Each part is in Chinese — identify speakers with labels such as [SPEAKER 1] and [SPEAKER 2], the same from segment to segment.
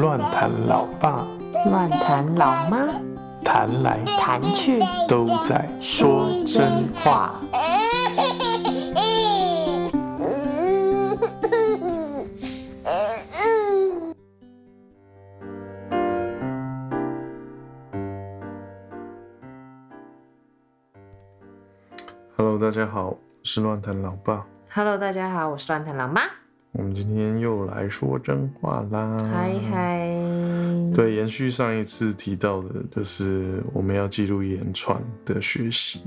[SPEAKER 1] 乱弹老爸
[SPEAKER 2] 乱弹老妈
[SPEAKER 1] 弹来
[SPEAKER 2] 弹去
[SPEAKER 1] 都在说真话。Hello，大家好，我是乱弹老爸。
[SPEAKER 2] Hello，大家好，我是乱弹老妈。
[SPEAKER 1] 我们今天又来说真话啦！
[SPEAKER 2] 嗨嗨，
[SPEAKER 1] 嗯对，延续上一次提到的，就是我们要记录言传的学习，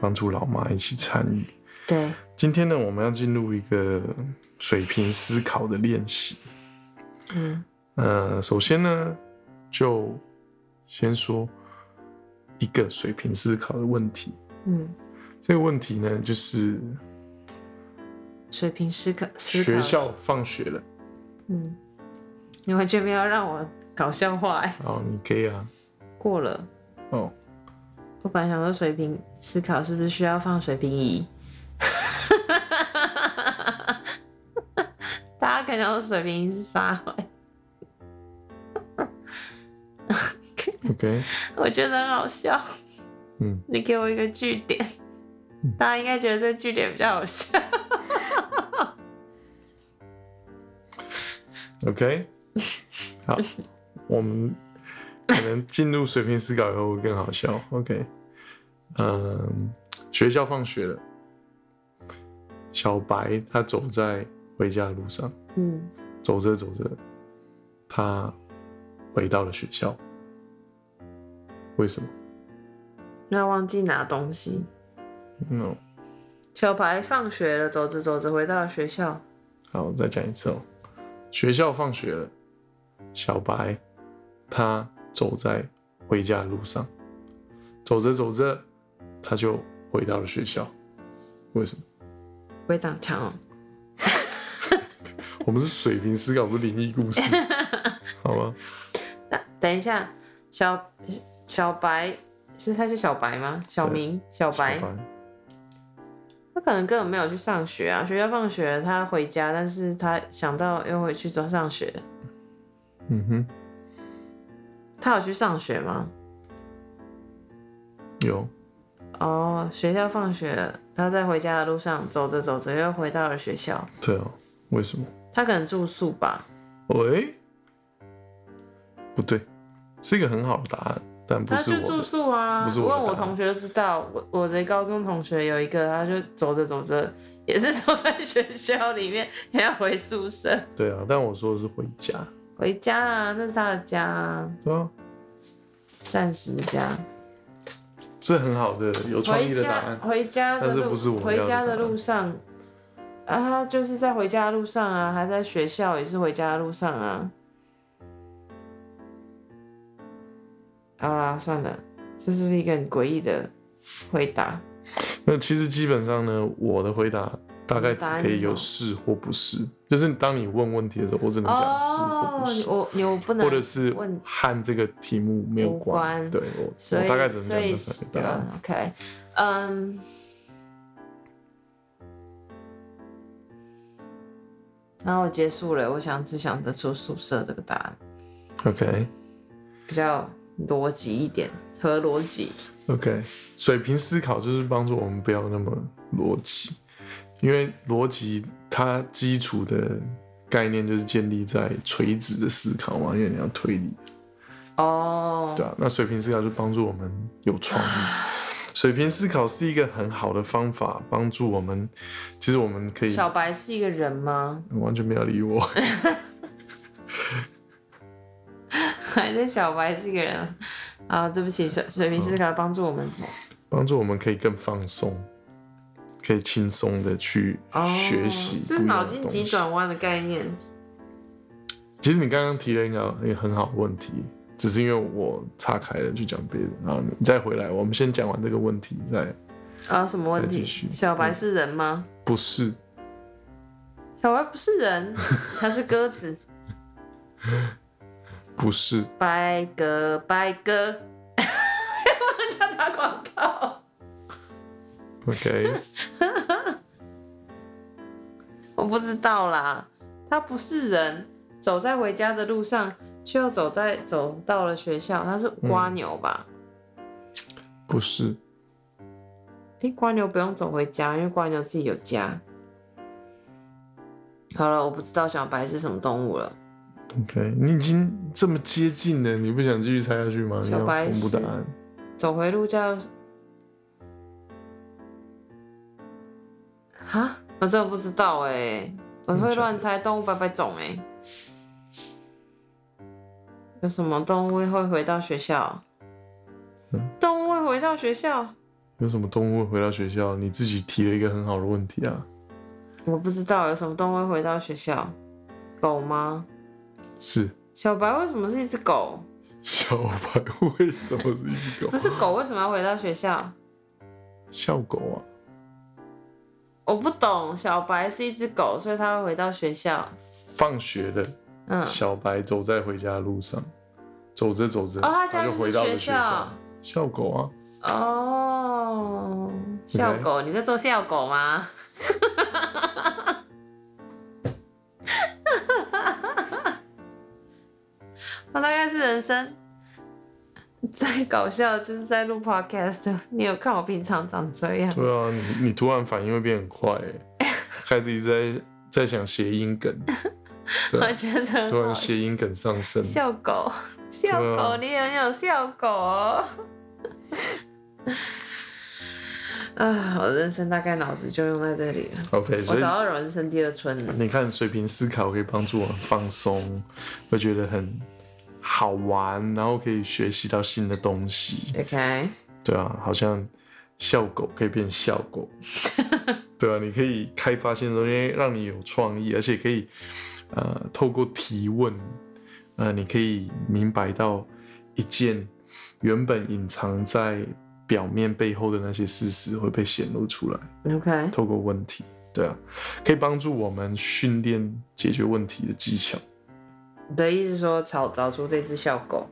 [SPEAKER 1] 帮助老妈一起参与。
[SPEAKER 2] 对，
[SPEAKER 1] 今天呢，我们要进入一个水平思考的练习。
[SPEAKER 2] 嗯，
[SPEAKER 1] 呃，首先呢，就先说一个水平思考的问题。
[SPEAKER 2] 嗯，
[SPEAKER 1] 这个问题呢，就是
[SPEAKER 2] 水平思考，思考
[SPEAKER 1] 学，校放学了，
[SPEAKER 2] 嗯，你完全没有让我搞笑话哎，
[SPEAKER 1] 哦，你可以啊，
[SPEAKER 2] 过了。
[SPEAKER 1] 哦，
[SPEAKER 2] 我本来想说水平思考是不是需要放水平仪， 大家可能想说水平仪是啥哎玩意？
[SPEAKER 1] ，OK，
[SPEAKER 2] 我觉得很好笑。
[SPEAKER 1] 嗯，
[SPEAKER 2] 你给我一个据点
[SPEAKER 1] 嗯，
[SPEAKER 2] 大家应该觉得这据点比较好笑。
[SPEAKER 1] OK，好，我们可能进入水平思考以后会更好笑。OK，嗯，学校放学了，小白他走在回家的路上，
[SPEAKER 2] 嗯
[SPEAKER 1] 走着走着，他回到了学校。为什么？
[SPEAKER 2] 那忘记拿东西。
[SPEAKER 1] 嗯，
[SPEAKER 2] 小白放学了，走着走着回到了学校。
[SPEAKER 1] 好，再讲一次哦。学校放学了，小白他走在回家的路上，走着走着，他就回到了学校。为什么？
[SPEAKER 2] 鬼挡墙哦，
[SPEAKER 1] 我们是水平思考，不是灵异 故事，好吗？
[SPEAKER 2] 那等一下，小小白是他是小白吗？小明，小白，他可能根本没有去上学啊。学校放学了，他回家，但是他想到又回去上上学。
[SPEAKER 1] 嗯哼，
[SPEAKER 2] 他有去上学吗？
[SPEAKER 1] 有，
[SPEAKER 2] 哦，学校放学了，他在回家的路上走着走着又回到了学校。
[SPEAKER 1] 对哦，为什么？
[SPEAKER 2] 他可能住宿吧？
[SPEAKER 1] 喂、不对，是一个很好的答案，但不
[SPEAKER 2] 他
[SPEAKER 1] 是
[SPEAKER 2] 就
[SPEAKER 1] 我
[SPEAKER 2] 住
[SPEAKER 1] 的。
[SPEAKER 2] 宿啊。
[SPEAKER 1] 不是我的
[SPEAKER 2] 问我
[SPEAKER 1] 答案
[SPEAKER 2] 同学就知道，我我的高中同学有一个，他就走着走着也是走在学校里面，还要回宿舍。
[SPEAKER 1] 对啊，但我说的是回家，
[SPEAKER 2] 回家啊，那是他的家、啊，
[SPEAKER 1] 对啊，
[SPEAKER 2] 暂时家。
[SPEAKER 1] 这很好的有创意
[SPEAKER 2] 回
[SPEAKER 1] 的答
[SPEAKER 2] 家
[SPEAKER 1] 案。
[SPEAKER 2] 回家的
[SPEAKER 1] 但是
[SPEAKER 2] 路，
[SPEAKER 1] 不是我们要
[SPEAKER 2] 回
[SPEAKER 1] 的
[SPEAKER 2] 家的
[SPEAKER 1] 答案
[SPEAKER 2] 路上啊，他就是在回家的路上啊，还在学校也是回家的路上啊。好啦，算了，这是不是一个很诡异的回答？
[SPEAKER 1] 那其实基本上呢，我的回答大概只可以有是或不是，就是当你问问题的时候，我只能讲是或
[SPEAKER 2] 哦
[SPEAKER 1] 不是，，
[SPEAKER 2] 我你我不能
[SPEAKER 1] 或者是
[SPEAKER 2] 问
[SPEAKER 1] 和这个题目没有
[SPEAKER 2] 无关
[SPEAKER 1] 对我，
[SPEAKER 2] 所
[SPEAKER 1] 我
[SPEAKER 2] 以
[SPEAKER 1] 大概只能
[SPEAKER 2] 所
[SPEAKER 1] 讲
[SPEAKER 2] 以
[SPEAKER 1] 这三个答啊案。
[SPEAKER 2] 嗯 OK，嗯，然后我结束了，我想只想得出宿舍这个答案，
[SPEAKER 1] OK
[SPEAKER 2] 比较逻辑一点，合逻辑。
[SPEAKER 1] OK，水平思考就是帮助我们不要那么逻辑，因为逻辑它基础的概念就是建立在垂直的思考嘛，因为你要推理。
[SPEAKER 2] 哦、
[SPEAKER 1] 对啊，那水平思考就帮助我们有创意。水平思考是一个很好的方法，帮助我们。其实我们可以
[SPEAKER 2] 小白是一个人吗？
[SPEAKER 1] 完全没有理我，
[SPEAKER 2] 还是小白是一个人？啊，对不起，水水平思考帮助我们什么？
[SPEAKER 1] 帮助我们可以更放松，可以轻松的去
[SPEAKER 2] 哦，
[SPEAKER 1] 嗯学习不
[SPEAKER 2] 这
[SPEAKER 1] 一样
[SPEAKER 2] 是脑
[SPEAKER 1] 的
[SPEAKER 2] 筋
[SPEAKER 1] 东
[SPEAKER 2] 急
[SPEAKER 1] 西。
[SPEAKER 2] 转弯的概念。
[SPEAKER 1] 其实你刚刚提了一个也很好的问题，只是因为我岔开了去讲别的啊。你再回来，我们先讲完这个问题，再
[SPEAKER 2] 啊，什么问
[SPEAKER 1] 再继
[SPEAKER 2] 题
[SPEAKER 1] 续？
[SPEAKER 2] 小白是人吗？
[SPEAKER 1] 不是
[SPEAKER 2] 小白不是人，他是鸽子。
[SPEAKER 1] 不是
[SPEAKER 2] 白鸽，白鸽， 帮人家打 广告。
[SPEAKER 1] OK。
[SPEAKER 2] 不知道啦，他不是人，走在回家的路上，却又走在走到了学校，他是瓜牛吧？
[SPEAKER 1] 不是，
[SPEAKER 2] 诶，瓜牛不用走回家，因为瓜牛自己有家。好了，我不知道小白是什么动物了。
[SPEAKER 1] OK，你已经这么接近了，你不想继续猜下去吗？你
[SPEAKER 2] 小
[SPEAKER 1] 要
[SPEAKER 2] 白
[SPEAKER 1] 公布
[SPEAKER 2] 是
[SPEAKER 1] 答案。
[SPEAKER 2] 走回路叫，哈，我真的不知道哎、我
[SPEAKER 1] 真的
[SPEAKER 2] 会
[SPEAKER 1] 假的
[SPEAKER 2] 乱猜动物百百种哎、有什么动物会回到学校？
[SPEAKER 1] 嗯
[SPEAKER 2] 动物会回到学校？
[SPEAKER 1] 有什么动物会回到学校？你自己提了一个很好的问题啊，
[SPEAKER 2] 我不知道有什么动物会回到学校？狗吗？
[SPEAKER 1] 是
[SPEAKER 2] 小白为什么是一只狗？
[SPEAKER 1] 小白为什么是一只狗？啊
[SPEAKER 2] 不是狗为什么要回到学校？
[SPEAKER 1] 笑狗啊，
[SPEAKER 2] 我不懂，小白是一只狗，所以它会回到学校。
[SPEAKER 1] 放学了，
[SPEAKER 2] 嗯，
[SPEAKER 1] 小白走在回家的路上，走着走着，
[SPEAKER 2] 哦他家
[SPEAKER 1] 就
[SPEAKER 2] 就是
[SPEAKER 1] 回到了
[SPEAKER 2] 学
[SPEAKER 1] 校
[SPEAKER 2] 校。
[SPEAKER 1] 笑狗啊，
[SPEAKER 2] 哦，笑狗，你在做笑狗吗？ 我哦大概是人生最搞笑，的就是在录 podcast。你有看我平常长这样？
[SPEAKER 1] 对啊，你你突然反应会变很快、 欸，开始一直在在想谐音梗，对
[SPEAKER 2] 我觉得很
[SPEAKER 1] 突
[SPEAKER 2] 好
[SPEAKER 1] 然谐音梗上升，
[SPEAKER 2] 笑狗，笑
[SPEAKER 1] 对
[SPEAKER 2] 狗，
[SPEAKER 1] 啊
[SPEAKER 2] 你很有笑狗、哦。 啊，我人生大概脑子就用在这里了。
[SPEAKER 1] OK，
[SPEAKER 2] 我
[SPEAKER 1] 所以
[SPEAKER 2] 找到人生第二春了。
[SPEAKER 1] 你看水平思考可以帮助我们放松，会觉得很好玩，然后可以学习到新的东西。
[SPEAKER 2] OK，
[SPEAKER 1] 对啊，好像笑狗可以变笑狗，对啊，你可以开发新的东西，让你有创意，而且可以呃透过提问，呃，你可以明白到一件原本隐藏在表面背后的那些事实会被显露出来。
[SPEAKER 2] OK，
[SPEAKER 1] 透过问题，对啊，可以帮助我们训练解决问题的技巧。
[SPEAKER 2] 你的意思是说找找出这只小狗？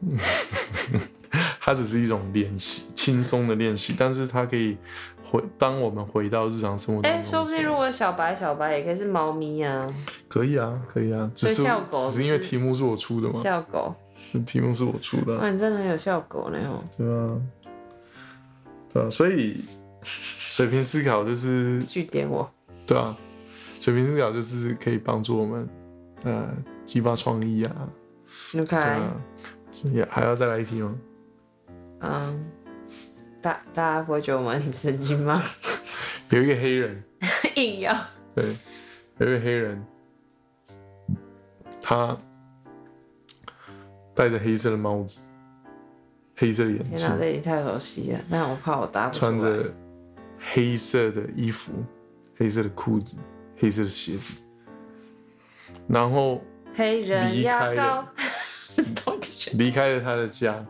[SPEAKER 1] 它只是一种练习，轻松的练习，但是它可以回，当我们回到日常生活当
[SPEAKER 2] 哎、
[SPEAKER 1] 中的时
[SPEAKER 2] 说
[SPEAKER 1] 候，
[SPEAKER 2] 不定如果小白小白也可以是猫咪啊，
[SPEAKER 1] 可以啊，可以啊，只
[SPEAKER 2] 所以
[SPEAKER 1] 是
[SPEAKER 2] 效果
[SPEAKER 1] 只是因为
[SPEAKER 2] 是
[SPEAKER 1] 题目是我出的嘛，
[SPEAKER 2] 笑狗。
[SPEAKER 1] 题目是我出的啊、
[SPEAKER 2] 哇，你真的很有笑狗呢哦，
[SPEAKER 1] 对啊，对啊，所以水平思考就是
[SPEAKER 2] 据点我。
[SPEAKER 1] 对啊，水平思考就是可以帮助我们呃激发创意啊，
[SPEAKER 2] OK，
[SPEAKER 1] 对啊，也还要再来一题吗？
[SPEAKER 2] 嗯，大大家不会觉得我们很神经吗？
[SPEAKER 1] 有一个黑人，
[SPEAKER 2] 硬要
[SPEAKER 1] 对，有一个黑人，他戴着黑色的帽子，黑色的眼
[SPEAKER 2] 天哪，
[SPEAKER 1] 镜，
[SPEAKER 2] 这里太熟悉了，但我怕我答不出来。
[SPEAKER 1] 穿着黑色的衣服、黑色的裤子、黑色的鞋子，然后
[SPEAKER 2] 黑人
[SPEAKER 1] 离开
[SPEAKER 2] 牙膏
[SPEAKER 1] 了，
[SPEAKER 2] Stop it
[SPEAKER 1] 离开了他的家，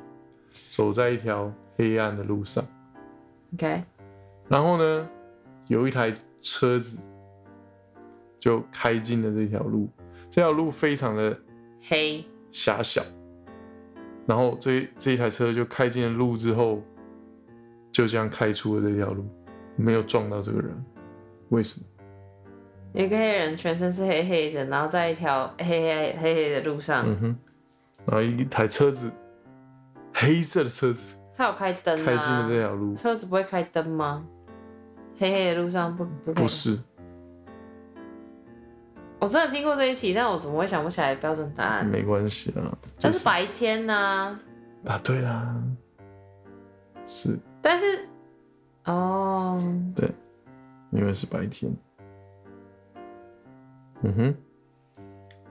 [SPEAKER 1] 走在一条黑暗的路上。
[SPEAKER 2] OK，
[SPEAKER 1] 然后呢，有一台车子就开进了这条路，这条路非常的
[SPEAKER 2] 黑
[SPEAKER 1] 狭小。然后这这一台车就开进了路之后，就这样开出了这条路，没有撞到这个人，为什么？
[SPEAKER 2] 有一个黑人全身是黑黑的，然后在一条黑黑黑黑的路上，
[SPEAKER 1] 嗯哼，然后一台车子，黑色的车子
[SPEAKER 2] 他有开灯
[SPEAKER 1] 开进了这
[SPEAKER 2] 啊？
[SPEAKER 1] 条路，
[SPEAKER 2] 车子不会开灯吗？黑黑的路上不不可以
[SPEAKER 1] 不是，
[SPEAKER 2] 我真的听过这一题，但我怎么会想不起来标准答案？
[SPEAKER 1] 没关系啦，
[SPEAKER 2] 但
[SPEAKER 1] 嗯就是
[SPEAKER 2] 白天呐、
[SPEAKER 1] 啊，对啦，是
[SPEAKER 2] 但是哦，
[SPEAKER 1] 因为是白天，嗯哼。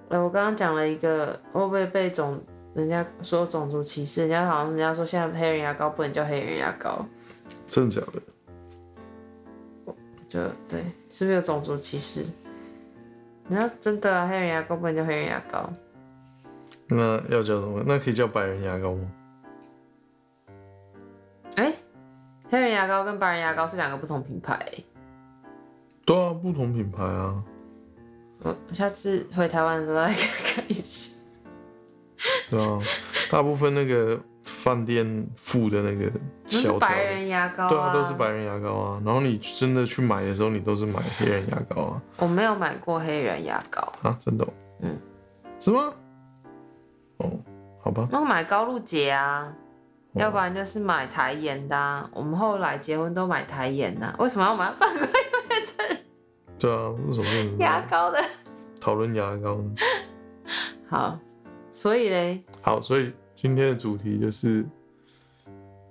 [SPEAKER 2] 呃我刚刚讲了一个会不会被种人家说种族歧视？人家好像人家说现在黑人牙膏不能叫黑人牙膏，
[SPEAKER 1] 真的假的？
[SPEAKER 2] 就对，是不是有种族歧视？人家真的、啊、黑人牙膏不能叫黑人牙膏，
[SPEAKER 1] 那要叫什么？那可以叫白人牙膏吗？
[SPEAKER 2] 哎、黑人牙膏跟白人牙膏是两个不同品牌、欸。
[SPEAKER 1] 对啊，不同品牌啊。嗯
[SPEAKER 2] 我下次回 台湾的时候来看看一下。
[SPEAKER 1] 对啊，大部分那个饭店附的那个
[SPEAKER 2] 都
[SPEAKER 1] 小
[SPEAKER 2] 是
[SPEAKER 1] 条的，
[SPEAKER 2] 白人牙膏、
[SPEAKER 1] 对啊，都是。白人牙膏啊。然后你真的去买的时候，你都是买黑人牙膏啊
[SPEAKER 2] 我没有买过黑人牙膏，
[SPEAKER 1] 啊，真的、哦？
[SPEAKER 2] 嗯，
[SPEAKER 1] 是吗？哦，好吧，
[SPEAKER 2] 那我买高露洁啊，
[SPEAKER 1] 哦
[SPEAKER 2] 要不然就是买台盐的、啊。我们后来结婚都买台盐的、啊，为什么要买犯规
[SPEAKER 1] 对啊，为什么为什么
[SPEAKER 2] 牙膏的？
[SPEAKER 1] 讨论牙膏呢？嗯
[SPEAKER 2] 好，所以嘞，
[SPEAKER 1] 好，所以今天的主题就是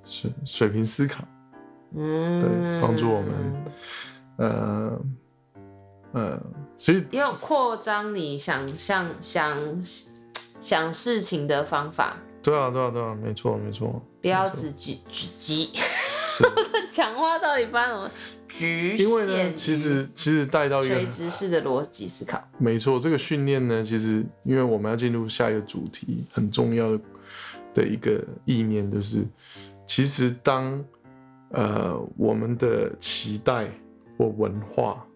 [SPEAKER 1] 水水平思考，
[SPEAKER 2] 嗯，
[SPEAKER 1] 对，帮助我们，呃呃，其实
[SPEAKER 2] 也有扩张你想象、想想事情的方法，
[SPEAKER 1] 对啊对啊对啊，没错没错，
[SPEAKER 2] 不要
[SPEAKER 1] 没错
[SPEAKER 2] 只局局急。
[SPEAKER 1] 是，
[SPEAKER 2] 讲话到底发生什么局限？
[SPEAKER 1] 因为呢，其实其实带到一个
[SPEAKER 2] 垂直式的逻辑思考，
[SPEAKER 1] 没错，这个训练呢，其实因为我们要进入下一个主题，很重要的的一个意念就是，其实当呃我们的期待或文化，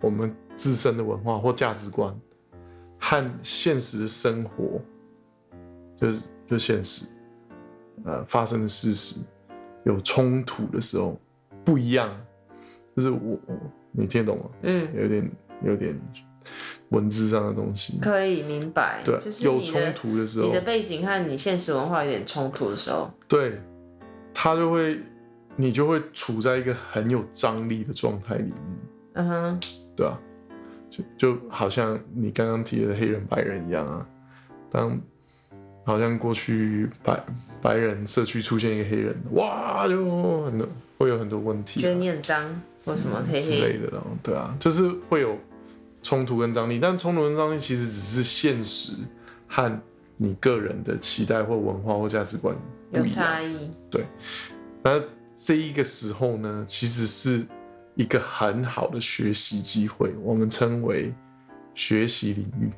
[SPEAKER 1] 我们自身的文化或价值观和现实生活，就是就现实呃发生的事实有冲突的时候，不一样，就是我我你听得懂吗？
[SPEAKER 2] 嗯，
[SPEAKER 1] 有点有点文字上的东西。
[SPEAKER 2] 可以明白，
[SPEAKER 1] 对，啊
[SPEAKER 2] 就是
[SPEAKER 1] 有
[SPEAKER 2] 你的
[SPEAKER 1] 冲突的时
[SPEAKER 2] 你
[SPEAKER 1] 候
[SPEAKER 2] 的，背景和你现实文化有点冲突的时候，
[SPEAKER 1] 对，他就会，你就会处在一个很有张力的状态里面，
[SPEAKER 2] 嗯哼，
[SPEAKER 1] 对啊，就就好像你刚刚提的黑人白人一样啊，当好像过去白白人社区出现一个黑人，哇，就很多会有很多问题啊、嗯
[SPEAKER 2] 觉得你很脏或什么黑
[SPEAKER 1] 之类
[SPEAKER 2] 黑，
[SPEAKER 1] 的，然后对啊，就是会有冲突跟张力，但冲突跟张力其实只是现实和你个人的期待或文化或价值观不
[SPEAKER 2] 有
[SPEAKER 1] 一样。
[SPEAKER 2] 差异，
[SPEAKER 1] 那这一个时候呢，其实是一个很好的学习机会，我们称为学习领域。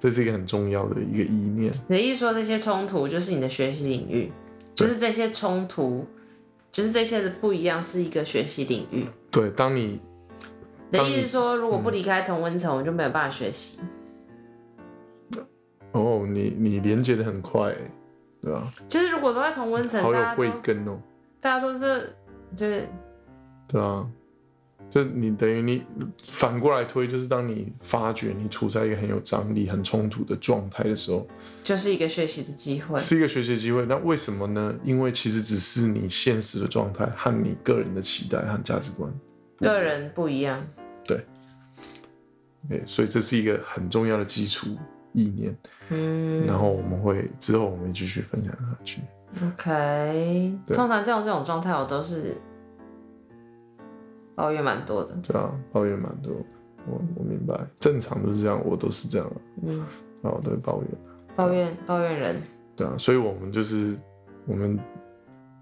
[SPEAKER 1] 这是一个很重要的一个意念，
[SPEAKER 2] 你的意思说这些冲突就是你的学习领域，就
[SPEAKER 1] 对
[SPEAKER 2] 是这些冲突，就是这些的不一样是一个学习领域。
[SPEAKER 1] 对，当你
[SPEAKER 2] 你的
[SPEAKER 1] 当嗯
[SPEAKER 2] 意
[SPEAKER 1] 你
[SPEAKER 2] 思说，如果不离开同温层，我们就没有办法学习。
[SPEAKER 1] 哦，你你连接的很快，对吧、
[SPEAKER 2] 就是如果都在同温层，
[SPEAKER 1] 好有
[SPEAKER 2] 大家
[SPEAKER 1] 慧
[SPEAKER 2] 都
[SPEAKER 1] 根哦、
[SPEAKER 2] 大家都是就是
[SPEAKER 1] 对啊，就你等于你反过来推，就是当你发觉你处在一个很有张力、很冲突的状态的时候，
[SPEAKER 2] 就是一个学习的机会。
[SPEAKER 1] 是一个学习机会。那为什么呢？因为其实只是你现实的状态和你个人的期待和价值观。
[SPEAKER 2] 个人不一样，
[SPEAKER 1] 对，所以这是一个很重要的基础意念。
[SPEAKER 2] 嗯，
[SPEAKER 1] 然后我们会之后我们会继续分享下去。
[SPEAKER 2] OK，
[SPEAKER 1] 对
[SPEAKER 2] 通常这种这种状态，我都是抱怨蛮多的，
[SPEAKER 1] 对啊，抱怨蛮多，我我明白，正常都是这样，我都是这样啊，
[SPEAKER 2] 嗯，
[SPEAKER 1] 然后我都会抱怨。
[SPEAKER 2] 抱怨抱怨人，
[SPEAKER 1] 对啊，所以我们就是我们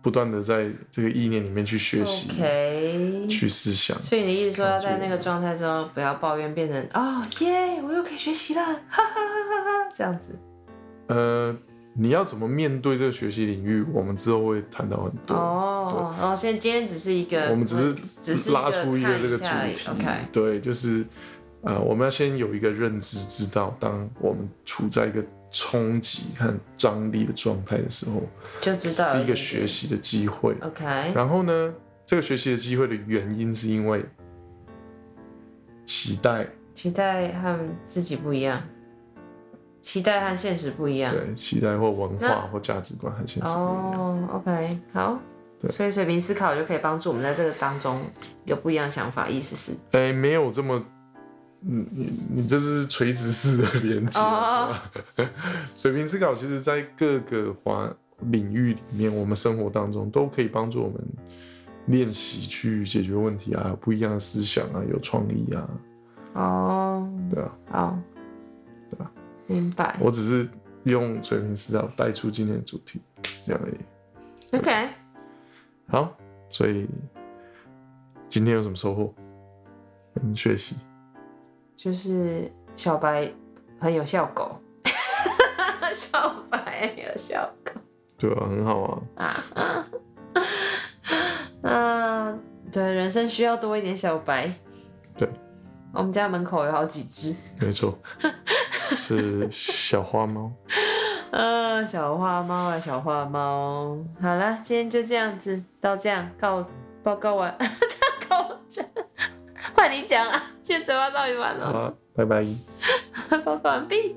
[SPEAKER 1] 不断的在这个意念里面去学习
[SPEAKER 2] OK，
[SPEAKER 1] 去思想，
[SPEAKER 2] 所以你的意思说要
[SPEAKER 1] 抗拒
[SPEAKER 2] 在那个状态中不要抱怨，变成哦耶，我又可以学习了，哈哈哈哈哈，这样子
[SPEAKER 1] 呃，你要怎么面对这个学习领域，我们之后会谈到很多。
[SPEAKER 2] 哦，然后现在今天只是一个，
[SPEAKER 1] 我们只
[SPEAKER 2] 只是
[SPEAKER 1] 是拉出
[SPEAKER 2] 一
[SPEAKER 1] 一
[SPEAKER 2] 看
[SPEAKER 1] 个
[SPEAKER 2] 一
[SPEAKER 1] 这个主
[SPEAKER 2] 下而已
[SPEAKER 1] 题
[SPEAKER 2] OK，
[SPEAKER 1] 对，就是呃，我们要先有一个认知，知道当我们处在一个冲击和张力的状态的时候，
[SPEAKER 2] 就知道
[SPEAKER 1] 是一
[SPEAKER 2] 而已
[SPEAKER 1] 个学习的机会。
[SPEAKER 2] 嗯 OK，
[SPEAKER 1] 然后呢，这个学习的机会的原因是因为期待
[SPEAKER 2] 期待和自己不一样，期待和现实不一样。
[SPEAKER 1] 对，期待或文
[SPEAKER 2] 那
[SPEAKER 1] 化或价值观和现实不一样。
[SPEAKER 2] 哦、o k 好。
[SPEAKER 1] 对
[SPEAKER 2] 所以水平思考就可以帮助我们在这个当中有不一样的想法，意思是
[SPEAKER 1] 哎、没有这么，嗯，你你这是垂直式的连接。
[SPEAKER 2] 哦
[SPEAKER 1] 水平思考其实在各个环领域里面，我们生活当中都可以帮助我们练习去解决问题啊，有不一样的思想啊，有创意啊，
[SPEAKER 2] 哦，
[SPEAKER 1] 对啊，
[SPEAKER 2] 好，
[SPEAKER 1] 对
[SPEAKER 2] 啊
[SPEAKER 1] 吧
[SPEAKER 2] 明白
[SPEAKER 1] 我只是用水平思考带出今天的主题，这样而已。
[SPEAKER 2] ，OK，
[SPEAKER 1] 好，所以今天有什么收获？嗯，学习。
[SPEAKER 2] 就是小白很有效狗， 小白很有效狗
[SPEAKER 1] 对啊，很好啊。
[SPEAKER 2] 啊， 啊，对，人生需要多一点小白，
[SPEAKER 1] 对，
[SPEAKER 2] 我们家门口有好几只，
[SPEAKER 1] 没错，是小花猫。
[SPEAKER 2] 呃，小花猫啊，小花猫。好了，今天就这样子，到这样告报告完， 他 告讲，换你讲啊，今天嘴巴到底完了，
[SPEAKER 1] 好，拜拜。
[SPEAKER 2] 报告完毕。